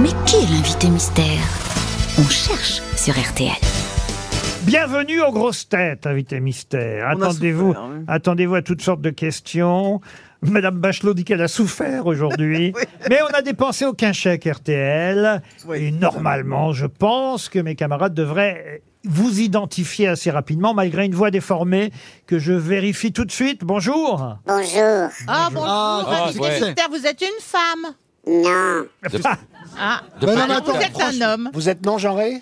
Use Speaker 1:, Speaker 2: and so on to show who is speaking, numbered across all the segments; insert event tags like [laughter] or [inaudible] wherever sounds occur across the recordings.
Speaker 1: Mais qui est l'invité mystère On cherche sur RTL.
Speaker 2: Bienvenue aux grosses têtes, invité mystère.
Speaker 3: On a
Speaker 2: Attendez-vous
Speaker 3: souffert, oui.
Speaker 2: attendez-vous à toutes sortes de questions. Madame Bachelot dit qu'elle a
Speaker 3: [laughs]
Speaker 2: souffert aujourd'hui. Mais on n'a dépensé aucun chèque RTL.
Speaker 3: Oui.
Speaker 2: Et normalement, je pense que mes camarades devraient vous identifier assez rapidement, malgré une voix déformée que je vérifie tout de
Speaker 3: [laughs]
Speaker 2: suite. Bonjour.
Speaker 4: Bonjour.
Speaker 5: Ah bonjour,
Speaker 6: ah,
Speaker 5: Monsieur
Speaker 6: ouais.
Speaker 5: Dexter, vous êtes une femme.
Speaker 4: Non.
Speaker 2: Ah,
Speaker 5: Ah.
Speaker 6: De
Speaker 7: Ben non,
Speaker 6: Paris,
Speaker 7: mais
Speaker 5: Alors,
Speaker 7: attends,
Speaker 5: vous êtes un homme.
Speaker 7: Vous êtes non-genré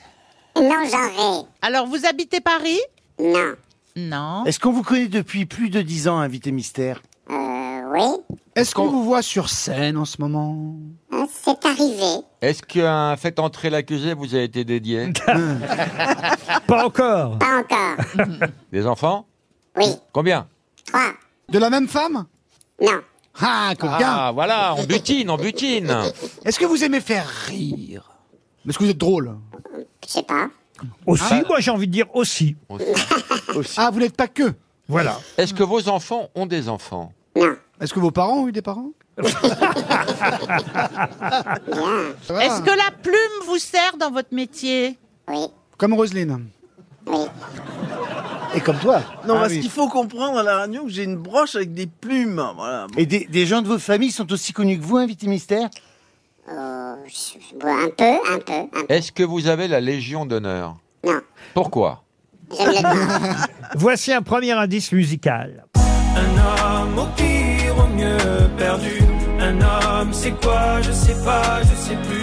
Speaker 4: Non, j'en
Speaker 5: Alors vous habitez Paris
Speaker 4: vais. Non.
Speaker 8: Eh
Speaker 5: Non.
Speaker 3: Est-ce qu'on vous connaît depuis plus de 10 ans, invité mystère
Speaker 4: Euh, oui.
Speaker 7: Est-ce qu'on vous voit sur scène en ce moment
Speaker 4: Euh, C'est arrivé.
Speaker 6: Est-ce qu'un fait entrer l'accusé vous a été [laughs] dédié
Speaker 2: pas encore.
Speaker 4: Pas encore.
Speaker 6: Des enfants
Speaker 4: Oui.
Speaker 6: Combien
Speaker 4: Trois.
Speaker 7: De la même femme
Speaker 4: Non.
Speaker 7: Ah, coquin
Speaker 6: Ah voilà, on butine, on butine.
Speaker 7: Est-ce que vous aimez faire rire Est-ce que vous êtes drôle
Speaker 4: Je sais pas.
Speaker 3: Ah.
Speaker 2: Aussi, moi j'ai envie de dire aussi.
Speaker 7: Ah, vous n'êtes pas que
Speaker 3: [laughs]
Speaker 2: Voilà.
Speaker 6: Est-ce que vos enfants ont des enfants
Speaker 4: Non.
Speaker 7: Est-ce que vos parents ont eu des parents Ah.
Speaker 5: Est-ce que la plume vous sert dans votre métier
Speaker 4: Oui.
Speaker 7: Comme Roselyne.
Speaker 4: Oui.
Speaker 7: Et comme toi
Speaker 9: Non,
Speaker 7: Ah
Speaker 9: parce
Speaker 7: oui.
Speaker 9: qu'il faut comprendre à la radio que j'ai une broche avec des plumes. Voilà.
Speaker 3: Et des, des gens de votre famille sont aussi connus que vous, invité mystère
Speaker 4: Oh, je- bon, un peu, un peu, un peu.
Speaker 6: Est-ce que vous avez la Légion d'honneur
Speaker 4: Non.
Speaker 6: Pourquoi
Speaker 4: Je ne le demande.
Speaker 2: Voici un premier indice musical.
Speaker 10: Un homme au pire, au mieux perdu. Un homme, c'est quoi Je sais pas, je sais plus.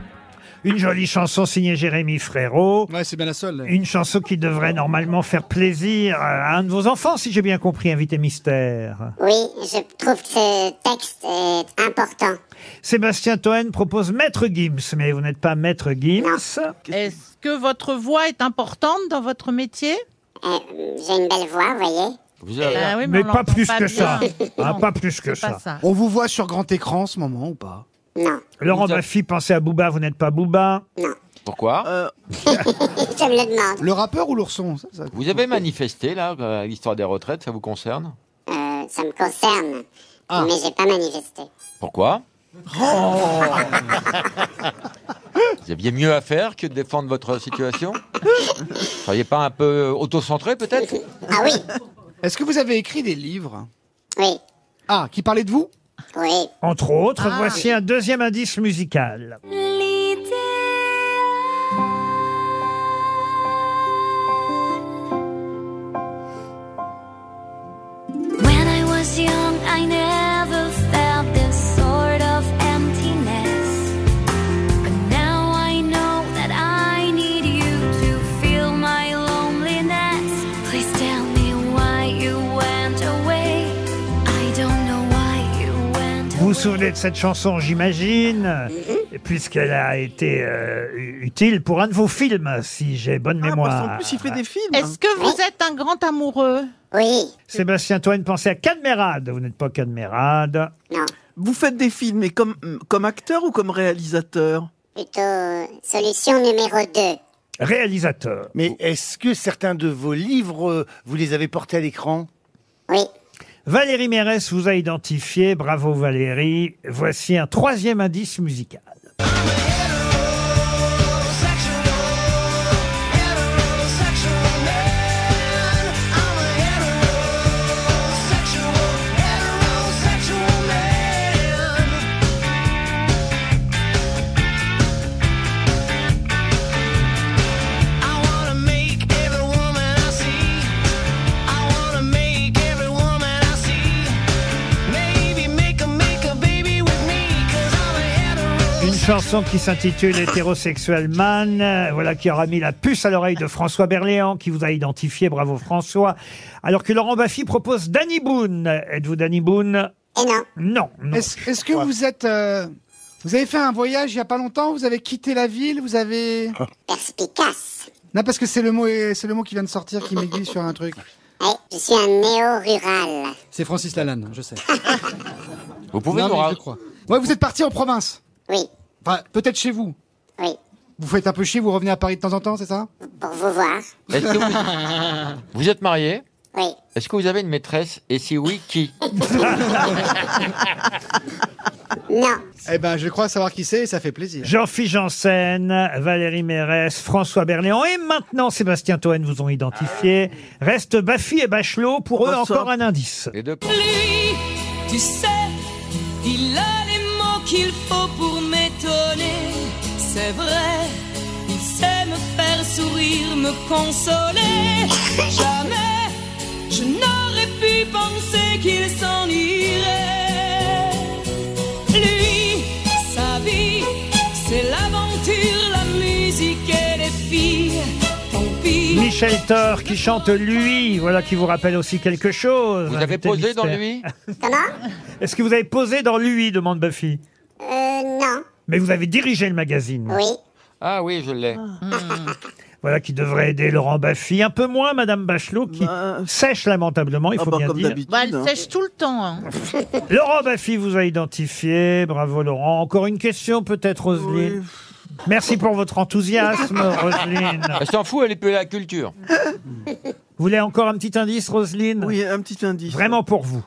Speaker 2: Une jolie chanson signée Jérémy Frérot.
Speaker 7: Ouais, c'est bien la seule.
Speaker 2: Une chanson qui devrait normalement faire plaisir à un de vos enfants, si j'ai bien compris, invité mystère.
Speaker 4: Oui, je trouve que ce texte est important.
Speaker 2: Sébastien Toen propose Maître Gims, mais vous n'êtes pas Maître Gims.
Speaker 5: Est-ce que votre voix est importante dans votre métier
Speaker 4: Euh, J'ai une belle voix, vous voyez.
Speaker 6: Vous avez-
Speaker 7: Euh,
Speaker 5: Ben oui,
Speaker 2: Mais
Speaker 5: on
Speaker 2: pas
Speaker 5: l'entend
Speaker 2: plus que
Speaker 5: bien.
Speaker 2: ça. Hein,
Speaker 5: Non,
Speaker 2: pas plus que
Speaker 5: c'est pas
Speaker 2: ça.
Speaker 5: ça.
Speaker 7: On vous voit sur grand écran en ce moment ou pas
Speaker 4: Non. [laughs]
Speaker 2: Laurent Baffy, pensez à Booba, vous n'êtes pas Booba.
Speaker 6: Pourquoi
Speaker 9: Euh,
Speaker 4: Je me le demande.
Speaker 7: Le rappeur ou l'ourson ça, ça-
Speaker 6: Vous avez manifesté là euh, l'histoire des retraites, ça vous concerne
Speaker 4: Euh, ça me concerne. Mais j'ai pas manifesté.
Speaker 6: Pourquoi
Speaker 7: Oh
Speaker 6: [laughs] Vous aviez mieux à faire que de défendre votre situation Vous seriez pas un peu autocentré peut-être
Speaker 4: Ah oui.
Speaker 7: Est-ce que vous avez écrit des livres
Speaker 4: Oui.
Speaker 7: Ah, qui parlaient de vous
Speaker 4: Oui.
Speaker 2: Entre autres,
Speaker 5: Ah.
Speaker 2: voici un deuxième indice musical.
Speaker 11: When I was young, I never felt this sort of emptiness. But now I know that I need you to fill my loneliness. Please tell me why you went away. I don't know why you went
Speaker 2: Vous vous
Speaker 11: away.
Speaker 2: souvenez de cette chanson, j'imagine, puisqu'elle a été euh, utile pour un de vos films, si j'ai bonne
Speaker 9: ah, parce
Speaker 2: mémoire.
Speaker 9: qu'en plus, il fait des films. hein.
Speaker 5: Est-ce que vous êtes un grand amoureux
Speaker 4: Oui.
Speaker 2: Sébastien Toen, pensez à Cadmerade. Vous n'êtes pas Cadmerade.
Speaker 4: Non.
Speaker 9: Vous faites des films, mais comme, comme acteur ou comme réalisateur
Speaker 4: Plutôt euh, solution numéro 2.
Speaker 2: Réalisateur.
Speaker 3: Mais est-ce que certains de vos livres, euh, vous les avez portés à l'écran
Speaker 4: Oui.
Speaker 2: Valérie Mérès vous a identifié. Bravo Valérie. Voici un troisième indice musical. Une chanson qui s'intitule Hétérosexuel Man. Euh, Voilà qui aura mis la puce à l'oreille de François Berléand, qui vous a identifié. Bravo François. Alors que Laurent Baffy propose Danny Boone. Êtes-vous Danny Boone
Speaker 4: Et non.
Speaker 2: Non. non.
Speaker 7: Est-ce est-ce que vous êtes... euh, Vous avez fait un voyage il y a pas longtemps, vous avez quitté la ville, vous avez...
Speaker 6: Ah.
Speaker 4: Perspicace.
Speaker 7: Non, parce que c'est le mot, c'est le mot qui vient de sortir qui m'aiguille sur un truc.
Speaker 4: Allez, je suis un néo-rural.
Speaker 7: C'est Francis Lalanne, je sais.
Speaker 6: Vous pouvez
Speaker 7: Non,
Speaker 6: nous
Speaker 7: mais
Speaker 6: ra-
Speaker 7: je crois. Ouais, vous êtes parti en province.
Speaker 4: Oui,
Speaker 7: Enfin, peut-être chez vous.
Speaker 4: oui.
Speaker 7: Vous faites un peu chier, vous revenez à Paris de temps en temps, c'est ça
Speaker 4: Pour vous voir.
Speaker 6: Est-ce que vous...
Speaker 7: [laughs]
Speaker 6: vous êtes marié
Speaker 4: Oui.
Speaker 6: Est-ce que vous avez une maîtresse Et si oui, qui
Speaker 4: Non.
Speaker 7: Eh ben, je crois savoir qui c'est et ça fait plaisir.
Speaker 2: Jean-Philippe Janssen, Valérie Mérès, François Berléand et maintenant Sébastien Toen vous ont identifié. Reste Baffy et Bachelot, pour eux
Speaker 9: Bonsoir.
Speaker 2: encore un indice.
Speaker 6: Les deux.
Speaker 11: Lui, tu sais, il a les mots qu'il faut pour m'étonner. C'est vrai, il sait me faire sourire, me consoler. Jamais je n'aurais pu penser qu'il s'en irait. Lui, sa vie, c'est l'aventure, la musique et les filles. Tant pis.
Speaker 2: Michel Thor qui chante Lui, voilà qui vous rappelle aussi quelque chose.
Speaker 6: Vous avez
Speaker 2: invité
Speaker 6: posé dans
Speaker 2: mystère.
Speaker 6: lui
Speaker 4: Comment
Speaker 2: Est-ce que vous avez posé dans Lui demande Buffy.
Speaker 4: Euh, non.
Speaker 2: Mais vous avez dirigé le magazine.
Speaker 4: Oui.
Speaker 6: Ah oui, je l'ai.
Speaker 2: Voilà qui devrait aider Laurent Baffy. Un peu moins Madame Bachelot qui
Speaker 9: Bah.
Speaker 2: sèche lamentablement, il
Speaker 9: Ah
Speaker 2: faut
Speaker 9: bah,
Speaker 2: bien
Speaker 9: comme
Speaker 2: dire.
Speaker 9: d'habitude.
Speaker 5: Bah, elle
Speaker 9: hein.
Speaker 5: sèche tout le temps. hein.
Speaker 2: Laurent Baffy vous a identifié. Bravo Laurent. Encore une question peut-être Roselyne. Merci pour votre
Speaker 9: [laughs]
Speaker 2: enthousiasme Roselyne.
Speaker 6: Elle s'en fout, elle est plus à la culture.
Speaker 2: Vous voulez encore un petit indice Roselyne
Speaker 9: Oui, un petit indice.
Speaker 2: Vraiment pour vous.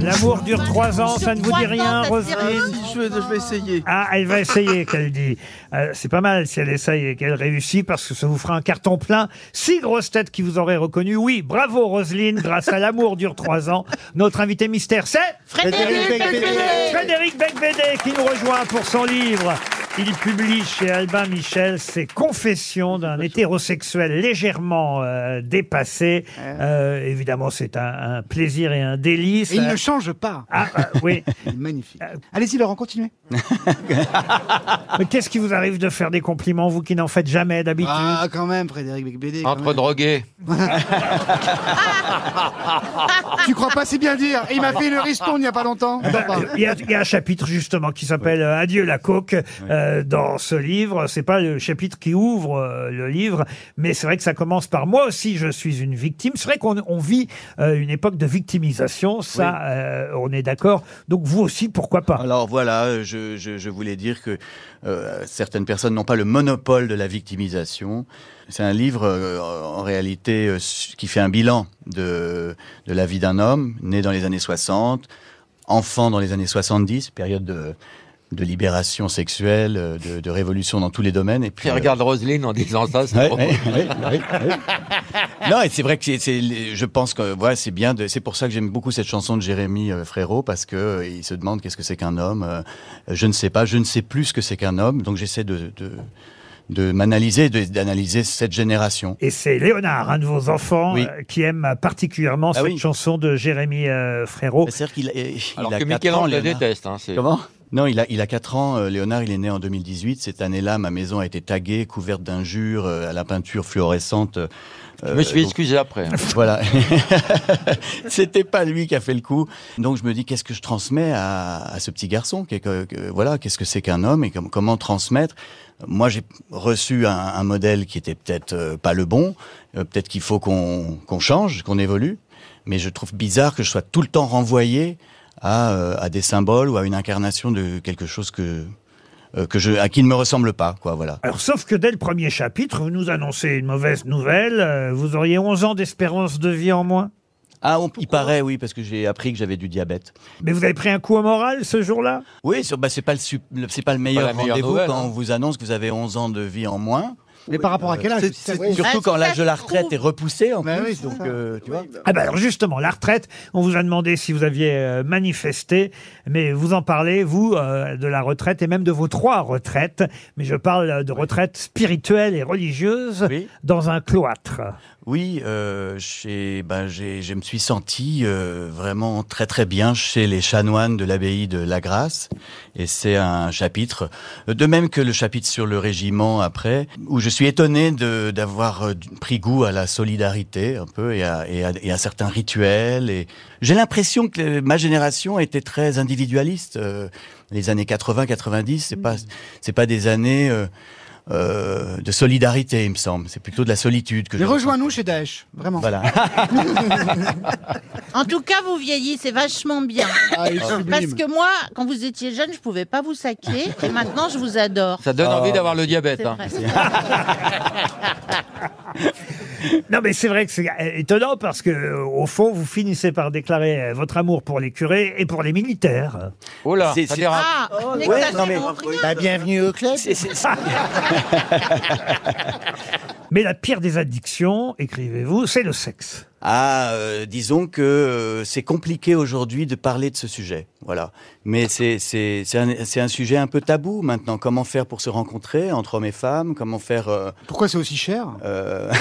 Speaker 2: L'amour dure trois ans, ça ne vous dit
Speaker 5: Trois ans,
Speaker 2: rien
Speaker 5: ça te dit rien
Speaker 2: Roselyne
Speaker 9: Ah, Si, je vais, je vais essayer.
Speaker 2: Ah, elle va essayer, qu'elle dit. Euh, c'est pas mal si elle essaye et qu'elle réussit, parce que ça vous fera un carton plein. Six grosses têtes qui vous auraient reconnu. Oui, bravo Roselyne, grâce à l'amour dure trois ans. Notre invité mystère, c'est
Speaker 5: Frédéric Becbédé.
Speaker 2: Frédéric Becbédé qui nous rejoint pour son livre. Il publie chez Albin Michel ses confessions d'un hétérosexuel légèrement euh, dépassé. Euh, évidemment, c'est un, un plaisir et un délice.
Speaker 7: Et il ne change pas.
Speaker 2: Ah, euh, oui.
Speaker 7: Il est magnifique. Euh, Allez-y, Laurent, continuez.
Speaker 2: Mais Qu'est-ce qui vous arrive de faire des compliments, vous qui n'en faites jamais d'habitude
Speaker 7: Ah, quand même, Frédéric Becbédé. quand
Speaker 6: Entre
Speaker 7: même.
Speaker 6: drogués.
Speaker 7: Tu crois pas si bien dire Il
Speaker 8: Ah,
Speaker 7: m'a fait le ristourne il y a pas longtemps.
Speaker 8: bah,
Speaker 7: Enfin,
Speaker 2: Ah bah, Il y, a, il y a un chapitre justement qui s'appelle euh, Adieu la coque euh, dans ce livre. C'est pas le chapitre qui ouvre euh, le livre, mais c'est vrai que ça commence par moi aussi. Je suis une victime. C'est vrai qu'on on vit euh, une époque de victimisation. Ça, euh, on est d'accord. Donc vous aussi, pourquoi pas
Speaker 8: Alors voilà, euh, je, je- je voulais dire que euh, certaines personnes n'ont pas le monopole de la victimisation. C'est un livre, euh, en réalité, euh, su- qui fait un bilan de, de la vie d'un homme, né dans les années 60, enfant dans les années 70, période de, de libération sexuelle, euh, de, de révolution dans tous les domaines. Et puis,
Speaker 6: Puis elle
Speaker 8: euh,
Speaker 6: regarde Roselyne en disant ça, c'est
Speaker 8: Ouais,
Speaker 6: drôle.
Speaker 8: ouais, ouais, ouais, ouais. Non, et c'est vrai que c'est, c'est- je pense que voilà, c'est bien. de- c'est pour ça que j'aime beaucoup cette chanson de Jérémy euh, Frérot parce que euh, il se demande qu'est-ce que c'est qu'un homme. euh, je ne sais pas, je ne sais plus ce que c'est qu'un homme. Donc j'essaie de de, de m'analyser, de- d'analyser cette génération.
Speaker 2: et c'est Léonard, un de vos enfants,
Speaker 8: Oui.
Speaker 2: euh, qui aime particulièrement
Speaker 8: Ah
Speaker 2: cette
Speaker 8: oui.
Speaker 2: chanson de Jérémy euh, Frérot.
Speaker 8: C'est-à-dire qu'il a, il
Speaker 6: Alors
Speaker 8: a
Speaker 6: que
Speaker 8: quatre ans,
Speaker 6: Michel-Ange la
Speaker 8: Léonard.
Speaker 6: déteste. Hein, c'est-
Speaker 8: Comment Non, il a, il a 4 ans. euh, Léonard, il est né en 2018. Cette année-là, ma maison a été taguée, couverte d'injures, euh, à la peinture fluorescente. euh,
Speaker 6: Je me suis
Speaker 8: donc-
Speaker 6: excusé après. hein.
Speaker 8: Voilà. [laughs] C'était pas lui qui a fait le coup. Donc je me dis qu'est-ce que je transmets à, à ce petit garçon Qu'est- que- que- Voilà, qu'est-ce que c'est qu'un homme et com- comment transmettre Moi, j'ai reçu un, un modèle qui était peut-être euh, pas le bon. Euh, peut-être qu'il faut qu'on qu'on change, qu'on évolue. Mais je trouve bizarre que je sois tout le temps renvoyé à, euh, à des symboles ou à une incarnation de quelque chose que euh, que je à qui ne me ressemble pas. Quoi, voilà.
Speaker 2: Alors, sauf que dès le premier chapitre, vous nous annoncez une mauvaise nouvelle. euh, Vous auriez 11 ans d'espérance de vie en moins.
Speaker 8: Ah, on- il paraît, oui, parce que j'ai appris que j'avais du diabète.
Speaker 2: Mais vous avez pris un coup au moral ce jour-là
Speaker 8: Oui, c'est bah, c'est pas le, sup- le- c'est pas le meilleur
Speaker 6: la meilleure
Speaker 8: rendez-vous
Speaker 6: nouvelle,
Speaker 8: quand
Speaker 6: hein.
Speaker 8: on vous annonce que vous avez 11 ans de vie en moins.
Speaker 7: Mais par rapport Oh, à quel âge
Speaker 8: C'est-
Speaker 7: si ça-
Speaker 8: c'est surtout quand l'âge de la retraite est repoussé, en
Speaker 7: Bah oui,
Speaker 8: plus.
Speaker 7: c'est
Speaker 8: donc,
Speaker 7: ça.
Speaker 8: euh, tu vois.
Speaker 2: Ah bah alors justement, la retraite, on vous a demandé si vous aviez euh, manifesté, mais vous en parlez, vous, euh, de la retraite et même de vos trois retraites. Mais je parle euh, de retraite spirituelle et religieuse dans un cloître.
Speaker 8: Oui, euh, j'ai- ben, j'ai- je me suis senti euh, vraiment très très bien chez les chanoines de l'abbaye de La Grâce. Et c'est un chapitre, euh, de même que le chapitre sur le régiment après, où je suis étonné de- d'avoir euh, pris goût à la solidarité un peu et à, et à- et à certains rituels. Et J'ai l'impression que euh, ma génération était très individualiste. euh, les années 80-90, c'est pas c'est pas des années... euh, euh, de solidarité, il me semble. C'est plutôt de la solitude que
Speaker 7: Mais
Speaker 8: je
Speaker 7: rejoins-nous chez Daesh, vraiment.
Speaker 8: voilà.
Speaker 5: En tout cas, vous vieillissez vachement [laughs] bien.
Speaker 7: Ah, il
Speaker 8: euh,
Speaker 7: est sublime.
Speaker 5: Parce que moi, quand vous étiez jeune, je pouvais pas vous saquer. Et maintenant, je vous adore.
Speaker 6: Ça
Speaker 8: Ah.
Speaker 6: donne envie d'avoir le diabète.
Speaker 5: C'est
Speaker 6: hein.
Speaker 5: vrai.
Speaker 2: Non, mais c'est vrai que c'est euh, étonnant parce que, euh, au fond, vous finissez par déclarer euh, votre amour pour les curés et pour les militaires.
Speaker 6: Oh là,
Speaker 8: C'est-
Speaker 6: ça
Speaker 8: c'est-
Speaker 6: dérape.
Speaker 5: Ah, on
Speaker 8: Oh, Ouais,
Speaker 5: exagère
Speaker 8: non, mais-
Speaker 5: en rien.
Speaker 3: Bah, bienvenue au club.
Speaker 8: C'est- c'est- c'est-
Speaker 2: Mais la pire des addictions, écrivez-vous, c'est le sexe.
Speaker 8: Ah, euh, disons que euh, c'est compliqué aujourd'hui de parler de ce sujet. Voilà. Mais c'est c'est- c'est un, c'est un sujet un peu tabou maintenant. Comment faire pour se rencontrer entre hommes et femmes Comment faire euh,
Speaker 7: Pourquoi c'est aussi cher
Speaker 8: euh,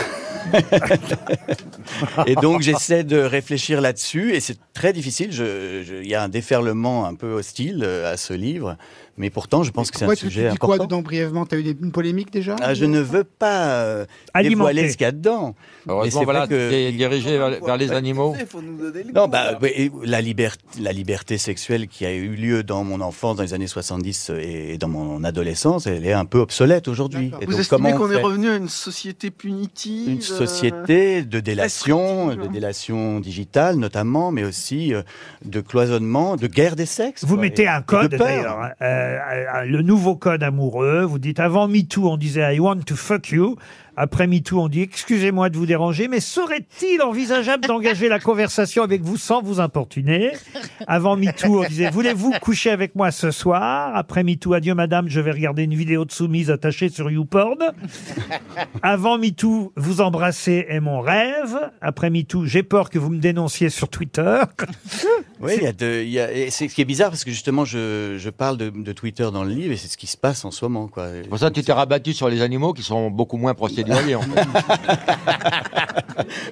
Speaker 8: [laughs] Et donc j'essaie de réfléchir là-dessus et c'est très difficile. Je- je- Il y a un déferlement un peu hostile euh, à ce livre, mais pourtant je pense que c'est un
Speaker 7: Pourquoi tu, tu
Speaker 8: sujet
Speaker 7: dis quoi
Speaker 8: important.
Speaker 7: dedans brièvement T'as eu des- une polémique déjà
Speaker 8: Ah, je ne veux pas euh,
Speaker 2: Alimenter.
Speaker 8: dévoiler ce qu'il y a dedans. Mais
Speaker 6: Heureusement,
Speaker 8: c'est
Speaker 6: voilà,
Speaker 8: vrai que-
Speaker 6: t'es dirigé vers, vers les animaux.
Speaker 8: Non, bah, ouais, et la, liberté, la liberté sexuelle qui a eu lieu dans mon enfance, dans les années 70 et dans mon adolescence, elle est un peu obsolète aujourd'hui. Et
Speaker 9: Vous
Speaker 8: donc,
Speaker 9: estimez
Speaker 8: comment on
Speaker 9: qu'on est
Speaker 8: fait
Speaker 9: revenu à une société punitive
Speaker 8: une
Speaker 9: euh,
Speaker 8: société de délation,
Speaker 9: restrictive,
Speaker 8: de
Speaker 9: hein.
Speaker 8: délation digitale notamment, mais aussi euh, de cloisonnement, de guerre des sexes.
Speaker 2: Vous
Speaker 8: quoi,
Speaker 2: mettez
Speaker 8: et-
Speaker 2: un
Speaker 8: et de
Speaker 2: code,
Speaker 8: peur.
Speaker 2: d'ailleurs, hein, euh, euh, le nouveau code amoureux. Vous dites avant MeToo, on disait I want to fuck you. Après MeToo, on dit excusez-moi de vous déranger, mais serait-il envisageable d'engager la conversation avec vous sans vous importuner Avant MeToo, on disait voulez-vous coucher avec moi ce soir Après MeToo, adieu madame, je vais regarder une vidéo de soumise attachée sur YouPorn. Avant MeToo, vous embrassez est mon rêve. Après MeToo, j'ai peur que vous me dénonciez sur Twitter.
Speaker 8: Oui, il y a de- il y a- et c'est ce qui est bizarre parce que justement, je, je parle de, de Twitter dans le livre et c'est ce qui se passe en ce moment. Quoi.
Speaker 6: Pour ça, tu t'es rabattu sur les animaux qui sont beaucoup moins procéduriers.
Speaker 8: [laughs]
Speaker 6: En fait.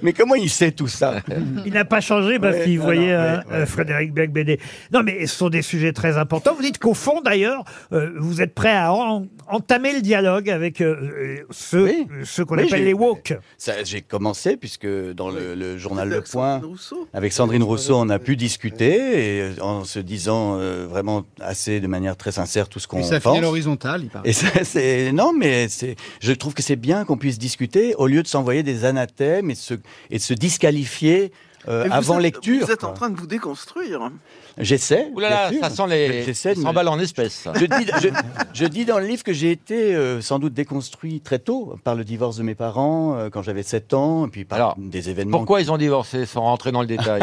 Speaker 8: Mais comment il sait tout
Speaker 6: [laughs]
Speaker 8: ça
Speaker 2: Il n'a pas changé, ma
Speaker 8: Ouais,
Speaker 2: fille, vous
Speaker 8: non,
Speaker 2: voyez,
Speaker 8: non,
Speaker 2: euh,
Speaker 8: ouais, ouais.
Speaker 2: euh, Frédéric Becbédé. Non, mais ce sont des sujets très importants. Vous dites qu'au fond, d'ailleurs, euh, vous êtes prêt à en- entamer le dialogue avec euh, euh, ceux,
Speaker 8: Oui.
Speaker 2: euh, ceux qu'on
Speaker 8: Oui,
Speaker 2: appelle
Speaker 8: j'ai-
Speaker 2: les woke.
Speaker 8: Ça, J'ai commencé puisque dans le, le journal Le
Speaker 9: Avec
Speaker 8: Point,
Speaker 9: Sandrine Rousseau
Speaker 8: avec Sandrine Rousseau, on a pu discuter et, euh, en se disant euh, vraiment assez de manière très sincère tout ce qu'on
Speaker 7: Et ça
Speaker 8: pense.
Speaker 7: finit à l'horizontale, il paraît.
Speaker 8: Et ça, c'est non, mais c'est. Je trouve que c'est bien qu'on puisse discuter au lieu de s'envoyer des anathèmes et de se et de se disqualifier euh,
Speaker 9: Mais vous
Speaker 8: avant
Speaker 9: êtes-
Speaker 8: lecture.
Speaker 9: Vous êtes en
Speaker 8: quoi.
Speaker 9: train de vous déconstruire.
Speaker 8: J'essaie.
Speaker 6: Ouh là là,
Speaker 8: bien sûr.
Speaker 6: ça sent les,
Speaker 8: J'essaie
Speaker 6: ça
Speaker 8: de
Speaker 6: sent
Speaker 8: me-
Speaker 6: balle en espèces.
Speaker 8: je dis, je, je dis dans le livre que j'ai été euh, sans doute déconstruit très tôt par le divorce de mes parents euh, quand j'avais 7 ans, et puis par
Speaker 6: Alors,
Speaker 8: des événements.
Speaker 6: Pourquoi ils ont divorcé sans rentrer dans le détail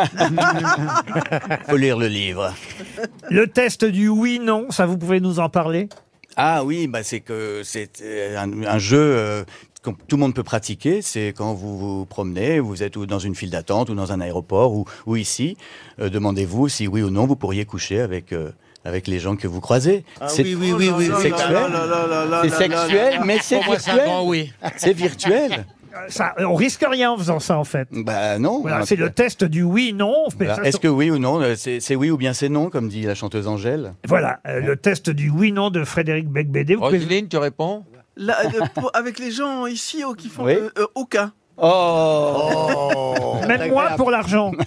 Speaker 8: faut lire le livre
Speaker 2: Le test du oui-non, ça, vous pouvez nous en parler
Speaker 8: Ah oui, bah c'est que c'est euh, un, un jeu euh, que tout le monde peut pratiquer. C'est quand vous vous promenez, vous êtes ou dans une file d'attente, ou dans un aéroport, ou, ou ici. euh, Demandez-vous si oui ou non vous pourriez coucher avec euh, avec les gens que vous croisez. c'est
Speaker 3: oui, oui, oui, oui, oui.
Speaker 8: sexuel. C'est sexuel, mais c'est
Speaker 6: Pour moi, c'est un
Speaker 8: virtuel.
Speaker 6: grand oui.
Speaker 8: C'est virtuel.
Speaker 2: Euh, ça, euh, On risque rien en faisant ça, en fait.
Speaker 8: Bah non.
Speaker 2: Voilà,
Speaker 8: on a-
Speaker 2: c'est le test du oui-non. mais
Speaker 8: Voilà.
Speaker 2: ça,
Speaker 8: Est-ce
Speaker 2: c'est-
Speaker 8: que oui ou non, euh, c'est c'est oui ou bien c'est non, comme dit la chanteuse Angèle
Speaker 2: Voilà, euh, le test du oui-non de Frédéric Becbédé.
Speaker 8: Oh,
Speaker 2: Vous pouvez-
Speaker 6: Roselyne, tu réponds
Speaker 9: Là, euh, pour- avec les gens ici oh, qui font
Speaker 8: Oui.
Speaker 9: euh, euh, aucun.
Speaker 3: Oh
Speaker 2: Même moi pour l'argent. [laughs]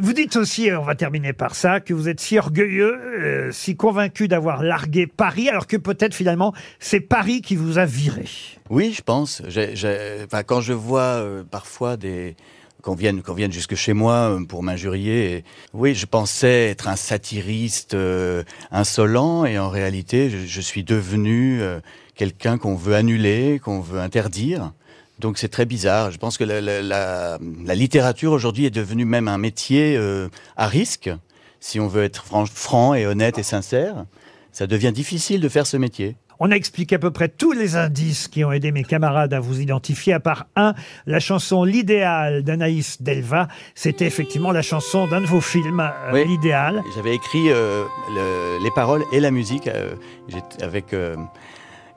Speaker 2: Vous dites aussi, euh, on va terminer par ça, que vous êtes si orgueilleux, euh, si convaincu d'avoir largué Paris, alors que peut-être finalement c'est Paris qui vous a viré.
Speaker 8: Oui, je pense. J'ai- j'ai- enfin, quand je vois euh, parfois des qu'on vienne, qu'on vienne jusque chez moi euh, pour m'injurier. et- Oui, je pensais être un satiriste euh, insolent et en réalité, je, je suis devenu euh, quelqu'un qu'on veut annuler, qu'on veut interdire. Donc c'est très bizarre. Je pense que la, la- la- la littérature aujourd'hui est devenue même un métier euh, à risque. Si on veut être franc, franc et honnête et sincère, ça devient difficile de faire ce métier.
Speaker 2: On a expliqué à peu près tous les indices qui ont aidé mes camarades à vous identifier, à part un, la chanson L'idéal d'Anaïs Delva. C'était effectivement la chanson d'un de vos films, euh,
Speaker 8: Oui.
Speaker 2: L'idéal.
Speaker 8: J'avais écrit euh, le- les paroles et la musique euh, j'étais avec euh,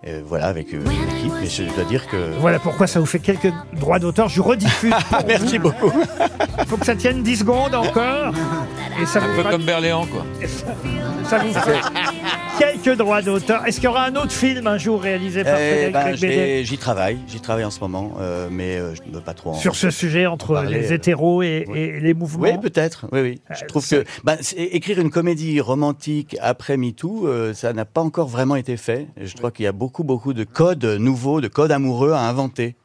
Speaker 8: euh, voilà avec euh, l'équipe, mais je dois dire que
Speaker 2: Voilà pourquoi ça vous fait quelques droits d'auteur. Je rediffuse. [laughs] Ah, Merci
Speaker 8: beaucoup.
Speaker 2: faut que ça tienne 10 secondes encore. Et ça
Speaker 6: Un
Speaker 2: vous
Speaker 6: peu
Speaker 2: fera
Speaker 6: comme Berléand, quoi.
Speaker 2: Ça vous fait quelques droits d'auteur. Est-ce qu'il y aura un autre film un jour réalisé par
Speaker 8: Eh
Speaker 2: Frédéric
Speaker 8: ben,
Speaker 2: Becbédé
Speaker 8: j'ai- j'y travaille, j'y travaille en ce moment, euh, mais euh, je ne veux pas trop en
Speaker 2: Sur ce sujet entre
Speaker 8: parler,
Speaker 2: les
Speaker 8: euh.
Speaker 2: hétéros et, et les mouvements
Speaker 8: Oui, peut-être. Oui, oui.
Speaker 2: Ah,
Speaker 8: Je trouve que bah, c'est- écrire une comédie romantique après MeToo, euh, ça n'a pas encore vraiment été fait. Et Je crois qu'il y a beaucoup, beaucoup de codes nouveaux, de codes amoureux à inventer.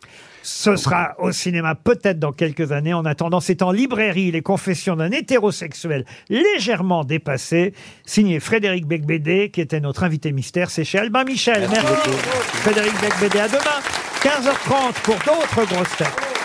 Speaker 2: Ce sera au cinéma peut-être dans quelques années. En attendant, c'est en librairie Les Confessions d'un hétérosexuel légèrement dépassé, signé Frédéric Becbédé, qui était notre invité mystère. C'est chez Albin Michel. Merci, Frédéric Becbédé. À demain, 15h30 pour d'autres grosses têtes.